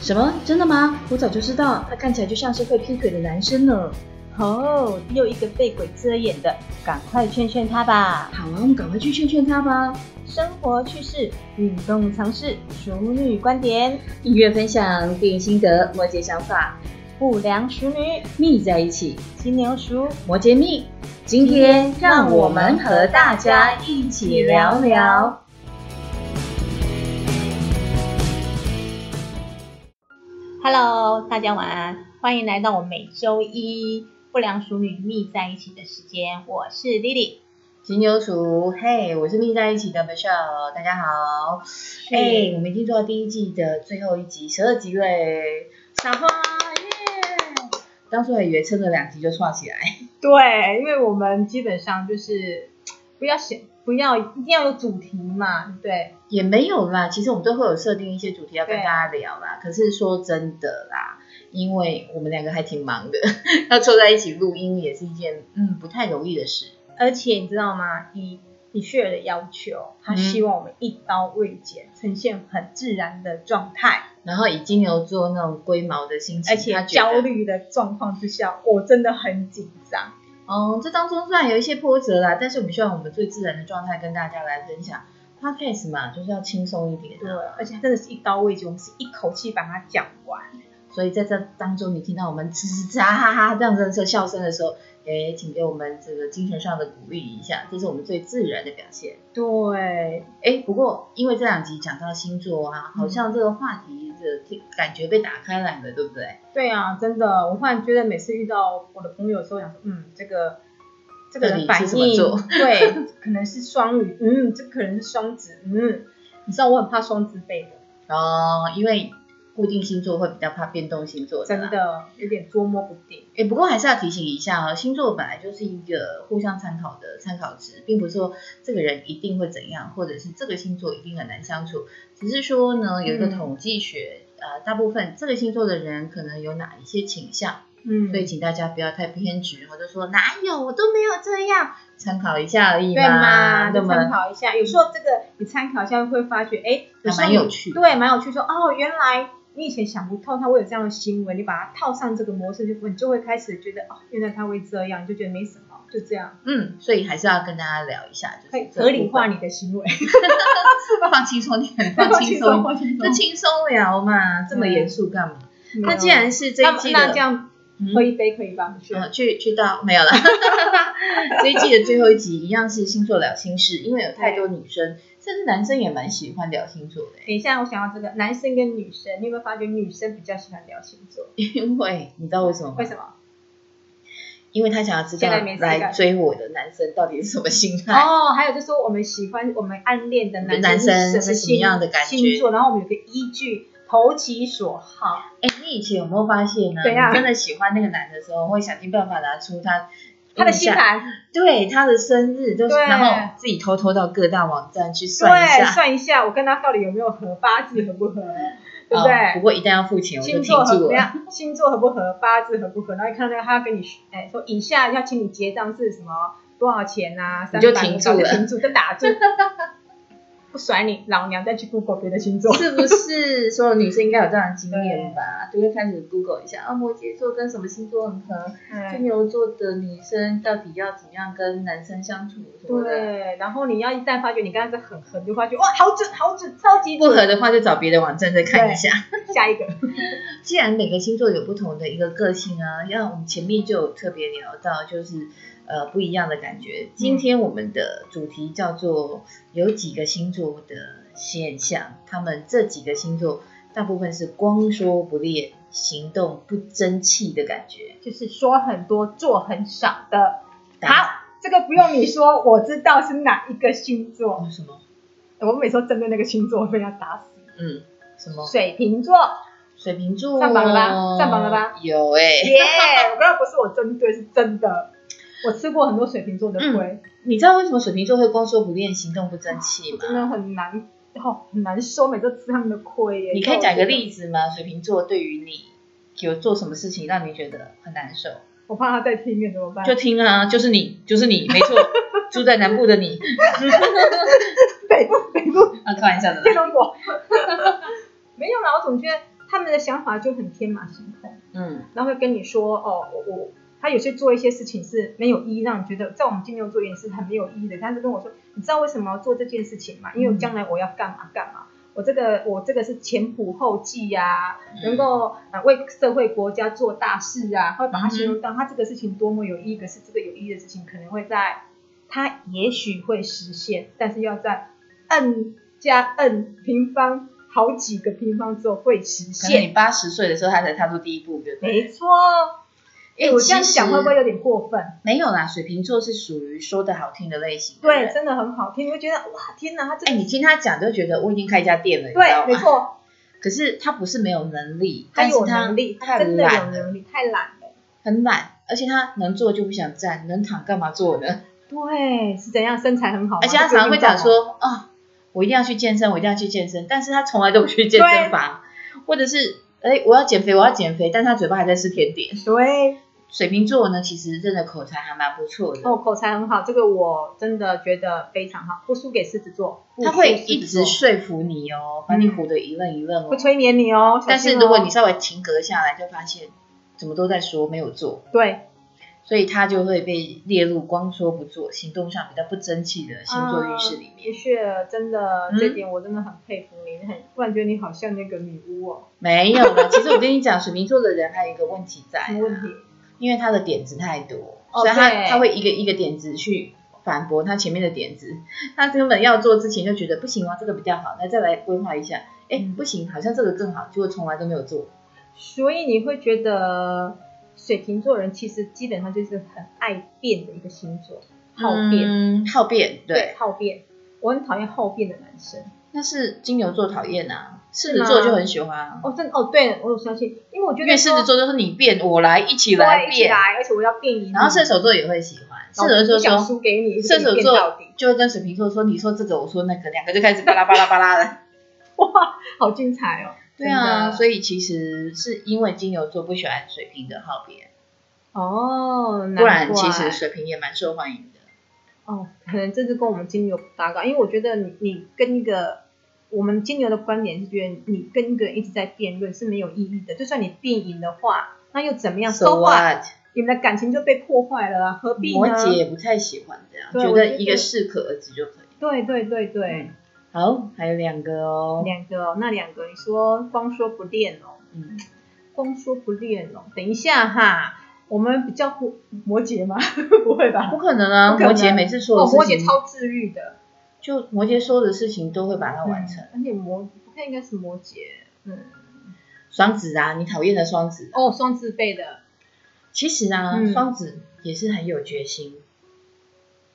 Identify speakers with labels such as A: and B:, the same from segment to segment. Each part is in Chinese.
A: 什么？真的吗？我早就知道，他看起来就像是会劈腿的男生呢。
B: 哦，又一个被鬼遮眼的，赶快劝劝他吧。
A: 好啊，我们赶快去劝劝他吧。
B: 生活趣事、运动常识、熟女观点、
A: 音乐分享、电影心得、摩羯想法，
B: 不良熟女、
A: 密在一起，
B: 金牛熟。
A: 摩羯密。今天让我们和大家一起聊聊。
B: Hello，大家晚安，欢迎来到我每周一不良熟女密在一起的时间，我是 Lily。
A: 金牛鼠，嘿，我是密在一起的 Michelle，大家好。哎、我们已经做到第一季的最后一集，十二集嘞，撒花耶！当初还以为撑了两集就刷起来，
B: 对，因为我们基本上就是不要选，不要一定要有主题嘛，对不对？
A: 也没有啦。其实我们都会有设定一些主题要跟
B: 对啊
A: 大家聊啦。可是说真的啦，因为我们两个还挺忙的， 要凑在一起录音也是一件嗯不太容易的事。
B: 而且你知道吗？以以雪儿的要求，她
A: 嗯
B: 希望我们一刀未剪，呈现很自然的状态，
A: 然后以金牛座那种龟毛的心情，
B: 而且
A: 他觉得
B: 焦虑的状况之下，我真的很紧张。
A: 哦，这当中虽然有一些波折啦，但是我们希望我们最自然的状态跟大家来分享。Podcast 嘛，就是要轻松一点
B: 对
A: 啊，，
B: 而且它真的是一刀未剪，我们是一口气把它讲完。
A: 所以在这当中，你听到我们吱吱吱啊哈哈这样子的笑声的时候，也请给我们这个精神上的鼓励一下，这是我们最自然的表现。
B: 对，
A: 哎，不过因为这两集讲到星座啊，好像这个话题的听感觉被打开来了，对不对？
B: 对啊，真的，我忽然觉得每次遇到我的朋友的时候，想说，嗯，这个这个
A: 到底
B: 人反
A: 是什么
B: 应
A: 座
B: 对，可能是双鱼，嗯，这可能是双子，嗯，你知道我很怕双子辈的，
A: 哦，因为固定星座会比较怕变动星座的啦，
B: 真的有点捉摸不定。
A: 哎，不过还是要提醒一下哦，星座本来就是一个互相参考的参考值，并不是说这个人一定会怎样，或者是这个星座一定很难相处，只是说呢，有一个
B: 嗯
A: 统计学，呃，大部分这个星座的人可能有哪一些倾向，
B: 嗯，
A: 所以请大家不要太偏执，或者说哪有我都没有这样，参考一下而已
B: 对嘛，
A: 嘛，
B: 就
A: 吗？
B: 参考一下，有时候这个你参考一下会发觉，哎，有时
A: 还
B: 候
A: 蛮
B: 你
A: 有趣的
B: 对，蛮有趣说，哦，原来你以前想不透他会有这样的行为，你把它套上这个模式，就你就会开始觉得，哦，原来他会这样，就觉得没什么，就这样，
A: 嗯，所以还是要跟大家聊一下，就是
B: 可以
A: 这
B: 合理
A: 部分
B: 化， 你的行为，
A: 放轻松点， 放轻松，
B: 放轻
A: 就
B: 松。
A: 轻松聊嘛，这么严肃干嘛？
B: 没
A: 那
B: 有
A: 既然是这
B: 那
A: 一季的，
B: 嗯那这样喝
A: 嗯，
B: 一杯可以吧？是
A: 呃去去到没有了。 这一季的最后一集一样是星座聊心事，因为有太多女生，甚至男生也蛮喜欢聊星座的欸。
B: 等一下，我想要这个男生跟女生，你有没有发觉女生比较喜欢聊星座？
A: 因为你知道为什么吗？
B: 为什么？
A: 因为他想要知道
B: 现在没事干
A: 来追我的男生到底是什么心态。
B: 哦，还有就是说我们喜欢我们暗恋的
A: 男
B: 男
A: 生
B: 是
A: 是什么
B: 星
A: 样的感觉
B: 星座，然后我们有个依据，投其所好。
A: 哎、你以前有没有发现呢？
B: 怎样
A: 你真的喜欢那个男的时候，会想尽办法拿出他
B: 他的星，盘，
A: 对他的生日，就是
B: 对
A: 然后自己偷偷到各大网站去算一
B: 对，
A: 下，
B: 算一下我跟他到底有没有合，八字合不合，对不
A: 哦不
B: 对？
A: 过一旦要付钱，我就
B: 星
A: 停
B: 座合
A: 住
B: 怎
A: 了。
B: 样？星座合不合，八字合不合？然后一看到他跟你哎说以下要请你结账是什么多少钱啊？
A: 你
B: 三
A: 就
B: 百
A: 停
B: 五
A: 住
B: 就
A: 了
B: 停住，就打 住，不甩你，老娘再去 Google 别的星 座。
A: 是不是所有女生应该有这样的经验吧？就会开始 Google 一下啊，摩羯座跟什么星座很合？金
B: 嗯
A: 牛座的女生到底要怎么样跟男生相处什么的？
B: 对，然后你要一旦发觉你跟他是很合，你就发觉哇，好准，好准，超级
A: 不
B: 准。
A: 合的话就找别的网站再看一下。
B: 下一个，
A: 既然每个星座有不同的一个个性啊，像我们前面就有特别聊到，就是呃不一样的感
B: 嗯
A: 觉。今天我们的主题叫做有几个星座的现象，他们这几个星座大部分是光说不练，行动不争气的感觉。
B: 就是说很多，做很少的。
A: 打
B: 好，这个不用你说，我知道是哪一个星座。
A: 哦什么？
B: 我每次都针对那个星座被他打死。
A: 嗯，什么？
B: 水瓶座，
A: 水瓶座
B: 上榜了吧上榜了吧？
A: 有哎、
B: 耶！ 我刚刚不是我针对，是真的。我吃过很多水瓶座的亏，
A: 你知道为什么水瓶座会光说不练，行动不争气
B: 我
A: 吗？
B: 真的很难，哦，很难受，每次吃他们的亏耶。
A: 你可以讲一个
B: 子，
A: 例子吗？水瓶座对于你有做什么事情让你觉得很难受？
B: 我怕他再听见怎么办？
A: 就听啊，就是你，就是你，没错，住在南部的你，
B: 北部北部
A: 啊，开玩笑的啦。
B: 天龙果。没有啦，我总觉得。他们的想法就很天马行空，
A: 嗯
B: 然后会跟你说哦，我我他有些做一些事情是没有意义，让你觉得在我们金牛座也是很没有意义的。但是跟我说，你知道为什么要做这件事情吗？因为我将来我要干嘛干嘛。我这个我这个是前仆后继呀、能够呃为社会国家做大事啊，他会把它形容到他这个事情多么有意义，可是这个有意义的事情可能会在他也许会实现，但是要在 n 加 n 平方好几个平方之后会实
A: 可能
B: 现。
A: 你八十岁的时候，他才踏出第一步，对不对？
B: 没错，哎、我这样讲会不会有
A: 点？
B: 点过分？
A: 没有啦，水瓶座是属于说的好听的类型。不
B: 对，真的很好听，你会觉得哇，天哪，他这
A: 哎，你听他讲就觉得我已经开一家店哎了，你知道
B: 对，没
A: 吗？
B: 错，
A: 可是他不是没有能力，
B: 他
A: 但是
B: 有能力，
A: 他太
B: 真的有
A: 懒了，
B: 能力，太懒了。
A: 很懒，而且他能坐就不想站，能躺干嘛坐呢？
B: 对，是怎样身材很好吗，啊
A: 而且他常常会讲说啊、我一定要去健身，我一定要去健身，但是他从来都不去健身房，或者是哎，我要减肥，我要减肥，但是他嘴巴还在吃甜点。
B: 这个运动啊，对，
A: 水瓶座呢，其实真的口才还蛮不错的，
B: 哦，口才很好，这个我真的觉得非常好，不输给狮子座。不输
A: 他会
B: 狮
A: 一
B: 子座
A: 直说服你哦，把你唬得一愣一愣
B: 嗯不
A: 哦。
B: 催眠你哦。小
A: 但是
B: 心哦
A: 如果你稍微停格下来，就发现怎么都在说没有做，
B: 对
A: 所以他就会被列入光说不做、行动上比较不争气的星座运势里面。
B: 啊的确真的
A: 嗯
B: 这点我真的很佩服你，很突然觉得你好像那个女巫哦，
A: 没有了，其实我跟你讲，水瓶座的人还有一个问题在、啊
B: 什么问题？
A: 因为他的点子太多，
B: 哦
A: 所以他
B: 对
A: 他会一个一个点子去反驳他前面的点子。他根本要做之前就觉得不行啊，这个比较好，那再来规划一下。哎
B: 嗯，
A: 不行，好像这个更好，结果从来都没有做。
B: 所以你会觉得水瓶座人其实基本上就是很爱变的一个星座，好变，
A: 嗯，好变，对，
B: 好变。我很讨厌好变的男生。
A: 那是金牛座讨厌啊，狮
B: 是
A: 子
B: 吗
A: 座就很喜欢啊。
B: 哦，真的哦，对我有相信，因为我觉
A: 因
B: 得
A: 为狮子座就是你变我来，一起
B: 说
A: 来
B: 对一起
A: 变。
B: 来，而且我要变赢你，
A: 然后射手座也会喜欢，射手座
B: 不想
A: 说
B: 输给你，
A: 射手
B: 一直给你变到
A: 座
B: 底
A: 就会跟水瓶座说，你说这个，我说那个，两个就开始巴拉巴拉巴拉的。
B: 哇，好精彩哦！
A: 对啊，
B: 真的
A: 所以其实是因为金牛座不喜欢水瓶的好别，
B: 哦，难
A: 不然
B: 怪
A: 其实水瓶也蛮受欢迎的。
B: 哦，可能这是跟我们金牛不搭嘎，因为我觉得你你跟一个我们金牛的观点是觉得你跟一个人一直在辩论是没有意义的，就算你辩赢的话，那又怎么样？
A: So
B: 说话
A: what？
B: 你们的感情就被破坏了啊，何必
A: 摩
B: 呢？
A: 羯也不太喜欢这样，
B: 对
A: 觉
B: 我觉
A: 得
B: 得
A: 一个适可而止就可以。
B: 对对对
A: 嗯，
B: 对，
A: 好，还有两个哦。
B: 两个哦那两个，你说光说不练哦，
A: 嗯，
B: 光说不练哦，等一下哈，我们比较不摩羯吗？ 不会吧？
A: 不可能啊！
B: 不可能
A: 摩羯每次说
B: 哦，
A: 的
B: 摩
A: 事
B: 羯
A: 情，
B: 超治愈的，
A: 就摩羯说的事情都会把它完成。
B: 嗯而且摩我看应该是摩羯，嗯，
A: 双子啊，你讨厌的双子，
B: 哦，双自备的。
A: 其实啊，
B: 嗯
A: 双子也是很有决心，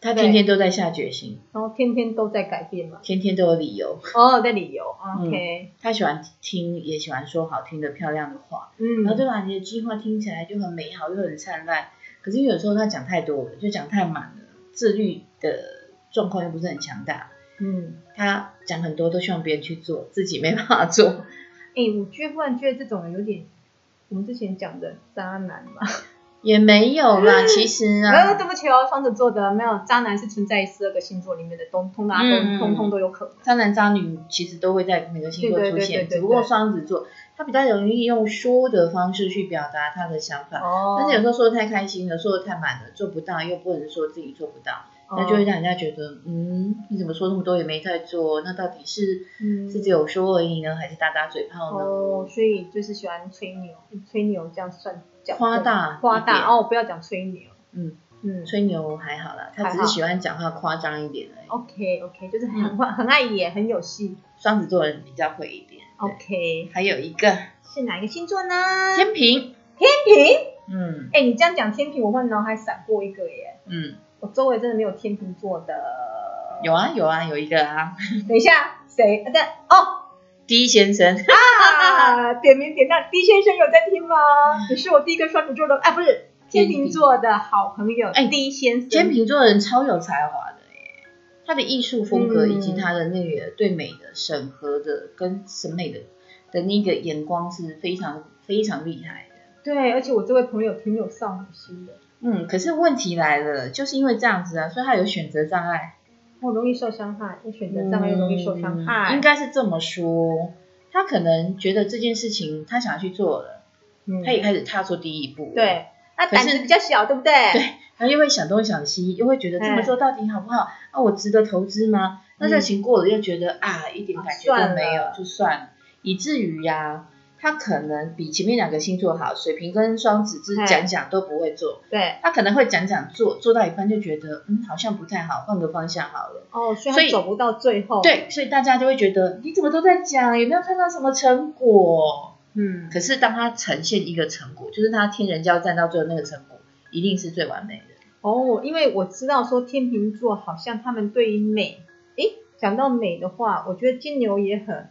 A: 他
B: 对
A: 天天都在下决心，
B: 然后天天都在改 变嘛。
A: 天天都有理由。
B: 哦，在理由，OK，
A: 嗯他喜欢听，也喜欢说好听的、漂亮的话，
B: 嗯，
A: 然后就把你的计划听起来就很美好，又很灿烂。可是有时候他讲太多了，就讲太满了，自律的状况又不是很强大。
B: 嗯，
A: 他讲很多都希望别人去做，自己没办法做。
B: 哎，我觉得忽然觉得这种人有点，我们之前讲的渣男嘛。
A: 也没有啦，其实
B: 呃，
A: 啊，
B: 对不起哦，双子座的没有渣男是存在于十二个星座里面的，通通大家
A: 嗯
B: 都通通都有可能。
A: 渣男渣女其实都会在每个星座
B: 对
A: 出
B: 对对对
A: 现，
B: 对对
A: 只不过双子座他比较容易用说的方式去表达他的想法，嗯
B: 哦
A: 但是有时候说的太开心了，说的太满了，做不到又不能说自己做不到，
B: 哦
A: 那就会让人家觉得，嗯，你怎么说那么多也没在做，那到底是
B: 嗯
A: 是只有说而已呢，还是打打嘴炮呢？
B: 哦，所以就是喜欢吹牛，吹牛这样算讲
A: 夸大一
B: 夸
A: 点
B: 大哦，不要讲吹牛，
A: 嗯
B: 嗯
A: 吹牛还好啦，他只
B: 还
A: 是
B: 好哦
A: 喜欢讲话夸张一点而已。
B: ，OK OK，就是很会很爱演，很有戏
A: 双子座人比较会一点。
B: 哦
A: 对
B: ，OK，
A: 还有一 个
B: 是哪一个星座呢？
A: 天平，
B: 天平。
A: 嗯
B: 哎、你这样讲天平，我忽然脑海闪过一个耶，
A: 嗯，
B: 我周围真的没有天平座的。
A: 有啊有啊，有一个啊，
B: 等一下，谁？呃但 哦，
A: D 先 生，
B: 啊，点名点亮，D 先生有在听吗？你是我第一个双子座的，哎、不是
A: 天
B: 天
A: 平
B: 平座的好朋友，
A: 哎
B: d 先生。
A: 天秤座的人超有才华的耶，他的艺术风格
B: 嗯
A: 以及他的那个对美的审核的跟审美的的那个眼光是非常非常厉害的。
B: 对，而且我这位朋友挺有少女心的，
A: 嗯，可是问题来了，就是因为这样子啊，所以他有选择障碍，嗯
B: 我容易受伤害，我选择障碍又容易受伤害。
A: 应该是这么说。他可能觉得这件事情他想要去做了，
B: 嗯
A: 他也开始踏出第一步。，
B: 对，那胆
A: 可
B: 子
A: 是
B: 比较小，对不对？
A: 对他又会想东想西，又会觉得这么做到底好不好？啊，我值得投资吗？那热情过了又觉得啊，一点感觉
B: 嗯啊算
A: 都
B: 了
A: 没有，就算了，以至于呀、他可能比前面两个星座好，水瓶跟双子是
B: 哎
A: 讲讲都不会做，
B: 对，
A: 他可能会讲讲做，做到一半就觉得嗯好像不太好，换个方向好了。
B: 哦，所
A: 所
B: 以
A: 以
B: 他走不到最后。，
A: 对，所以大家就会觉得你怎么都在讲，有没有看到什么成果？
B: 嗯，
A: 可是当他呈现一个成果，就是他天人交战到最后那个成果，一定是最完美的。
B: 哦，因为我知道说天秤座好像他们对于美，诶，讲到美的话，我觉得金牛也很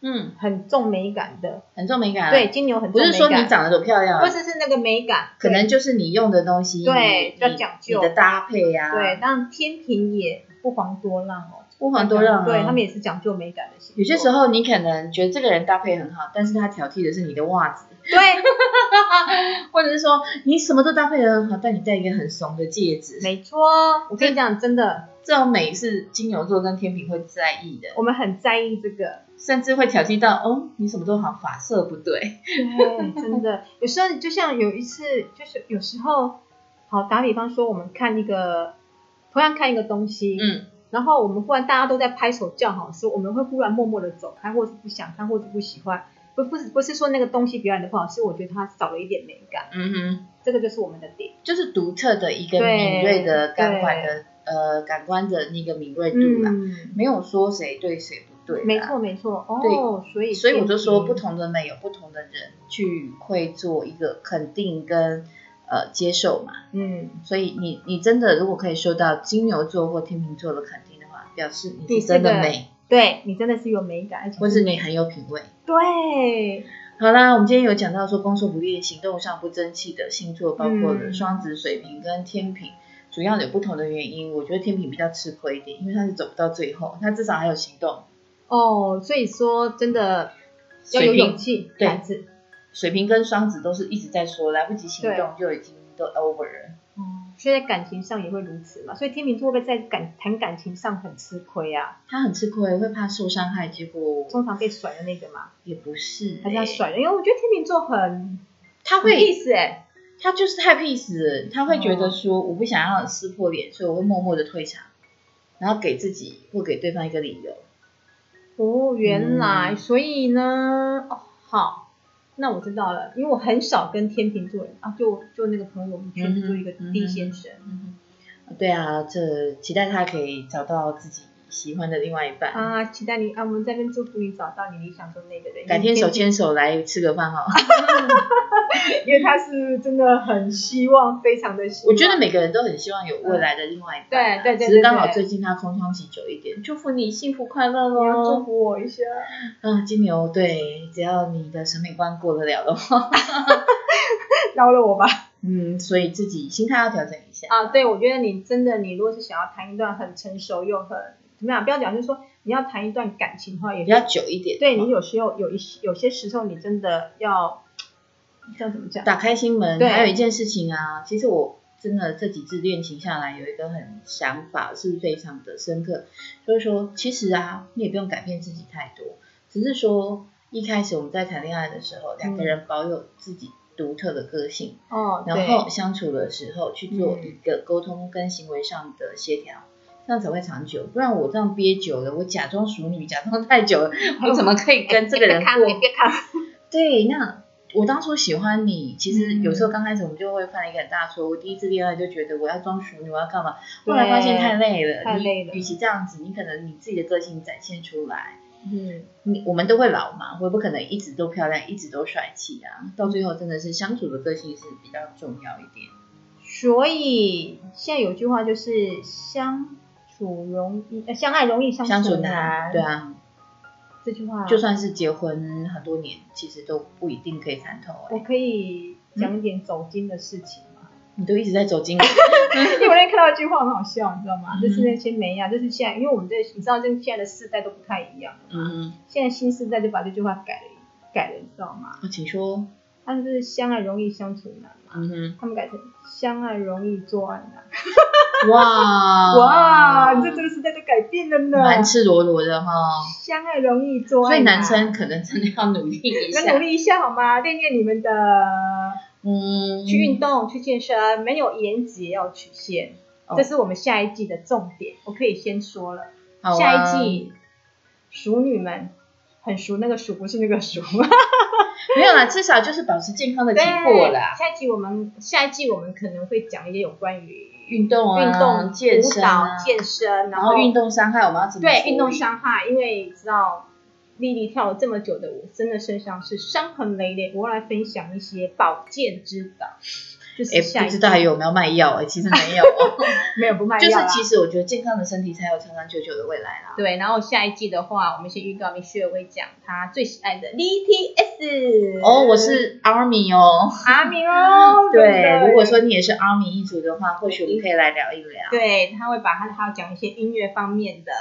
A: 嗯，
B: 很重美感的。
A: 很重美感、啊。
B: 对，，金牛很
A: 不
B: 重美
A: 是
B: 感。
A: 说你长得多漂亮啊
B: 不，是是那个美感，
A: 可能就是你用的东西，
B: 对
A: 你
B: 要讲究
A: 你的搭配啊呀、
B: 对对，，但天平也不遑多让哦，
A: 不遑多让、啊。
B: 对他们也是讲究美感的星座。
A: 有些时
B: 候
A: 候你可能觉得这个人搭配很好，但是他挑剔的是你的袜子，
B: 对，
A: 或者是说你什么都搭配的很好，但你戴一个很怂的戒指。
B: 没错，我跟你讲，真的，
A: 这种美是金牛座跟天平会在意的。
B: 我们很在意这个，
A: 甚至会挑剔到哦，你什么都好，发色不对。
B: 对，真的，有时候就像有一次，就是有时候，好打比方说，我们看一个，同样看一个东西，
A: 嗯，
B: 然后我们忽然大家都在拍手叫好的时候，我们会忽然默默的走开，或者不想看，或者不喜欢，不不是不是说那个东西表演的不好，是我觉得它少了一点美感，
A: 嗯哼，
B: 这个就是我们的点。
A: 就是独特的一个
B: 对
A: 敏锐的感官的呃感官的那个敏锐度啦，
B: 嗯，
A: 没有说谁对谁不对，啊
B: 没。错没错，哦，
A: 对
B: 所以
A: 所以我就说，
B: 天平
A: 不，同的美有不同的人去会做一个肯定跟呃接受嘛。
B: 嗯，
A: 所以你你真的如果可以受到金牛座或天秤座的肯定的话，表示
B: 你
A: 你
B: 是
A: 是真的
B: 个
A: 美，
B: 对你真的是有美感，而且
A: 或是
B: 美
A: 你很有品味。
B: 对，
A: 好啦，我们今天有讲到说工作不力、行动上不争气的星座，包括
B: 嗯
A: 了双子、水瓶跟天平，主要有不同的原因。我觉得天平比较吃亏一点，因为他是走不到最后，他至少还有行动。
B: 哦，所以说真的要
A: 水
B: 有
A: 平
B: 勇气、
A: 对
B: 胆子。
A: 水瓶跟双子都是一直在说来不及行动就已经都 over 了。
B: 哦，所以在感情上也会如此嘛，所以天秤座会不会在感谈感情上很吃亏啊？
A: 他很吃亏，会怕受伤害，结果
B: 通常被甩的那个嘛，
A: 也不是、
B: 还是要
A: 欸
B: 甩的，因为我觉得天秤座很
A: 他
B: 很
A: 会
B: peace 哎、
A: 他就是太 peace，了他会觉得说我不想要撕破脸，所以我会默默的退场，然后给自己或给对方一个理由。
B: 哦，原来，
A: 嗯
B: 所以呢，哦，好，那我知道了，因为我很少跟天秤座人啊，就就那个朋友圈子做一个
A: 嗯哼
B: D 先生、
A: 嗯哼，对啊，这期待他可以找到自己喜欢的另外一半，
B: 啊，期待你啊，我们在这边祝福你找到你理想中那个人，
A: 改天手牵手来吃个饭哈、哦。
B: 因为他是真的很希望，非常的希望，
A: 我觉得每个人都很希望有未来的另外一半啊、
B: 对对对
A: 只是刚
B: 对对
A: 好最近他空窗期久一点，祝福你幸福快乐
B: 你要祝
A: 喽。
B: 福我一下。
A: 啊，金牛，对，只要你的审美观过得了的话，
B: 饶了我吧！
A: 嗯，所以自己心态要调整一下。
B: 啊，对，我觉得你真的，你如果是想要谈一段很成熟又很怎么样，不要讲，就是说你要谈一段感情的话，也
A: 比较久一点，
B: 对你有时候有一些有些时候，你真的要叫怎么讲？
A: 打开心门。
B: 对
A: 还有一件事情啊，其实我真的这几次恋情下来，有一个很想法是非常的深刻，就是说，其实啊，你也不用改变自己太多，只是说一开始我们在谈恋爱的时
B: 嗯
A: 候，两个人保有自己独特的个性，
B: 哦，
A: 然
B: 对
A: 后相处的时候去做
B: 嗯
A: 一个沟通跟行为上的协调。这样才会长久，不然我这样憋久了，我假装熟女，假装太 久了，我怎么可以跟这个人
B: 别看
A: 过？
B: 别看，
A: 对，那我当初喜欢你，其实
B: 嗯
A: 有时候刚开始我们就会犯一个很大的错误。第一次恋爱就觉得我要装熟女，我要干嘛？后来发现太累了，
B: 太累了
A: 你与其这样子，你可能你自己的个性展现出来，
B: 嗯，
A: 你我们都会老嘛，我也不可能一直都漂亮，一直都帅气啊。到最后真的是相处的个性是比较重要一点。
B: 所以现在有句话就是相处容易，呃，相爱容易相
A: 相处
B: 难，啊
A: 难，对，啊，
B: 这句话
A: 就算是结婚很多年，其实都不一定可以参透、
B: 我
A: 欸。
B: 可以讲一点走金的事情 吗？
A: 你都一直在走 进，
B: 因为我那天看到一句话很好笑，你知道吗？
A: 嗯
B: 就是那些美啊，就是现在，因为我们这你知道，这现在的世代都不太一样，
A: 嗯，
B: 现在新世代就把这句话改了，改了，你知道吗？
A: 哦请说，
B: 他们就是相爱容易相处难嘛，
A: 嗯哼。
B: 他们改成相爱容易做爱难。
A: 哇
B: 啊哇，你这真的时代都改变了呢，
A: 哦蛮赤裸裸的哈。
B: 相爱容易啊做
A: 所
B: 爱
A: 以
B: 难，
A: 男生可能真的要努力一
B: 能努
A: 下，
B: 力一下好吗？练练你们的
A: 嗯，
B: 去运动、去健身，没有颜值也要曲线，
A: 哦
B: 这是我们下一季的重点。我可以先说了，
A: 好啊
B: 下一季熟女们很熟，那个熟不是那个熟，
A: 没有啦，至少就是保持健康的体魄
B: 对
A: 啦，
B: 下一季我们下一季我们可能会讲一些有关于
A: 运动啊，
B: 运动、
A: 健
B: 舞
A: 身
B: 蹈
A: 啊、，
B: 健身，
A: 然
B: 后
A: 后运动伤害我们要怎么处
B: 对
A: 理
B: 运动伤害，因为知道丽丽跳了这么久的舞，真的身上是伤痕累累。我要来分享一些保健之道，就是
A: 哎、
B: 下一
A: 不
B: 季
A: 知道还有没有卖药哎、其实没 有、
B: 没有不卖药
A: 就是
B: 啦
A: 其实我觉得健康的身体才有长长久久的未来啦。
B: 对，然后下一季的话，我们先预告明雪会讲她最喜爱的 BTS。
A: 哦，我是 Army 哦。
B: 阿明哦。
A: 对，
B: 对
A: 如果说你也是 Army 一族的话，或许我们可以来聊一聊。
B: 对，他会把他还要讲一些音乐方面的。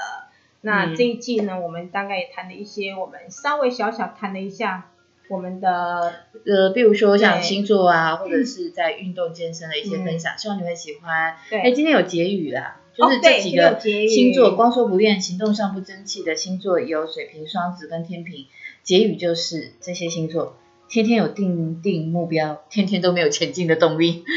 B: 那
A: 嗯
B: 这一季呢，我们大概也谈了一些，我们稍微小小谈了一下我们的，
A: 呃，比如说像
B: 对嗯
A: 星座啊，或者是在运动健身的一些分享，希望你会喜欢。哎、
B: 对，
A: 今天有结语啦，就
B: 哦
A: 是
B: 对
A: 这几
B: 今天有
A: 个
B: 结语
A: 星座，光说不练，行动上不争气的星座有水瓶、双子跟天平。结语就是这些星座天天有定定目标，天天都没有前进的动力。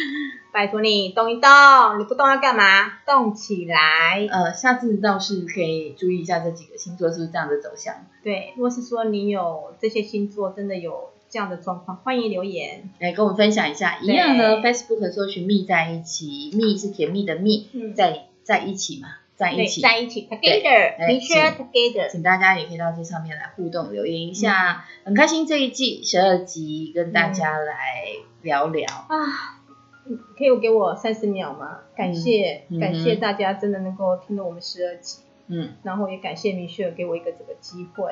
B: 拜托你动一动，你不动要干嘛？动起来。
A: 呃，下次倒是可以注意一下这几个星座是不是这样的走向。
B: 对，如果是说你有这些星座真的有这样的状况，欢迎留言。
A: 来跟我们分享一下。一样呢
B: 对
A: ，Facebook 搜寻“蜜在一起”，蜜是甜蜜的蜜，
B: 嗯
A: 在在一起嘛，在一
B: 对，
A: 起。
B: 在一起，together，
A: 哎
B: 明
A: 请
B: 确 together。
A: 请大家也可以到这上面来互动留言一下，
B: 嗯
A: 很开心这一季十二集跟大家来聊聊。
B: 啊，嗯可以给我三十秒吗？感谢、
A: 嗯嗯哼
B: 感谢大家真的能够听了我们十二集，
A: 嗯，
B: 然后也感谢米雪给我一个这个机会，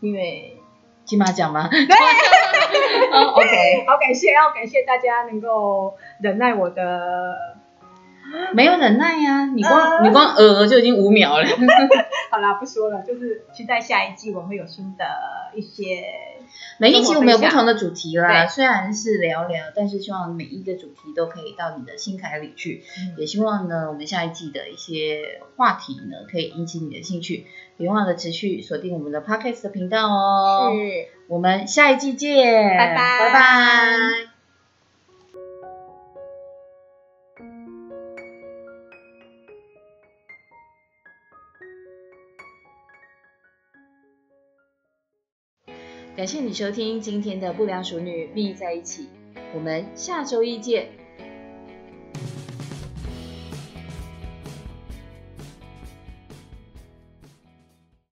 B: 因为
A: 金马奖 吗？哦 OK，
B: 好感谢，要感谢大家能够忍耐我的。
A: 没有忍耐呀、你光
B: 呃
A: 你光呃就已经五秒 了。
B: 好啦，不说了，就是期待下一季我会有新的一些。
A: 每一集我们有不同的主题啦，
B: 对
A: 虽然是聊聊，但是希望每一个主题都可以到你的心坎里去。
B: 嗯
A: 也希望呢，我们下一季的一些话题呢，可以引起你的兴趣。别忘了持续锁定我们的 Podcast 的频道哦。
B: 是。
A: 我们下一季见，
B: 拜拜
A: 拜拜。感谢你收听今天的不良熟女蜜在一起，我们下周一见。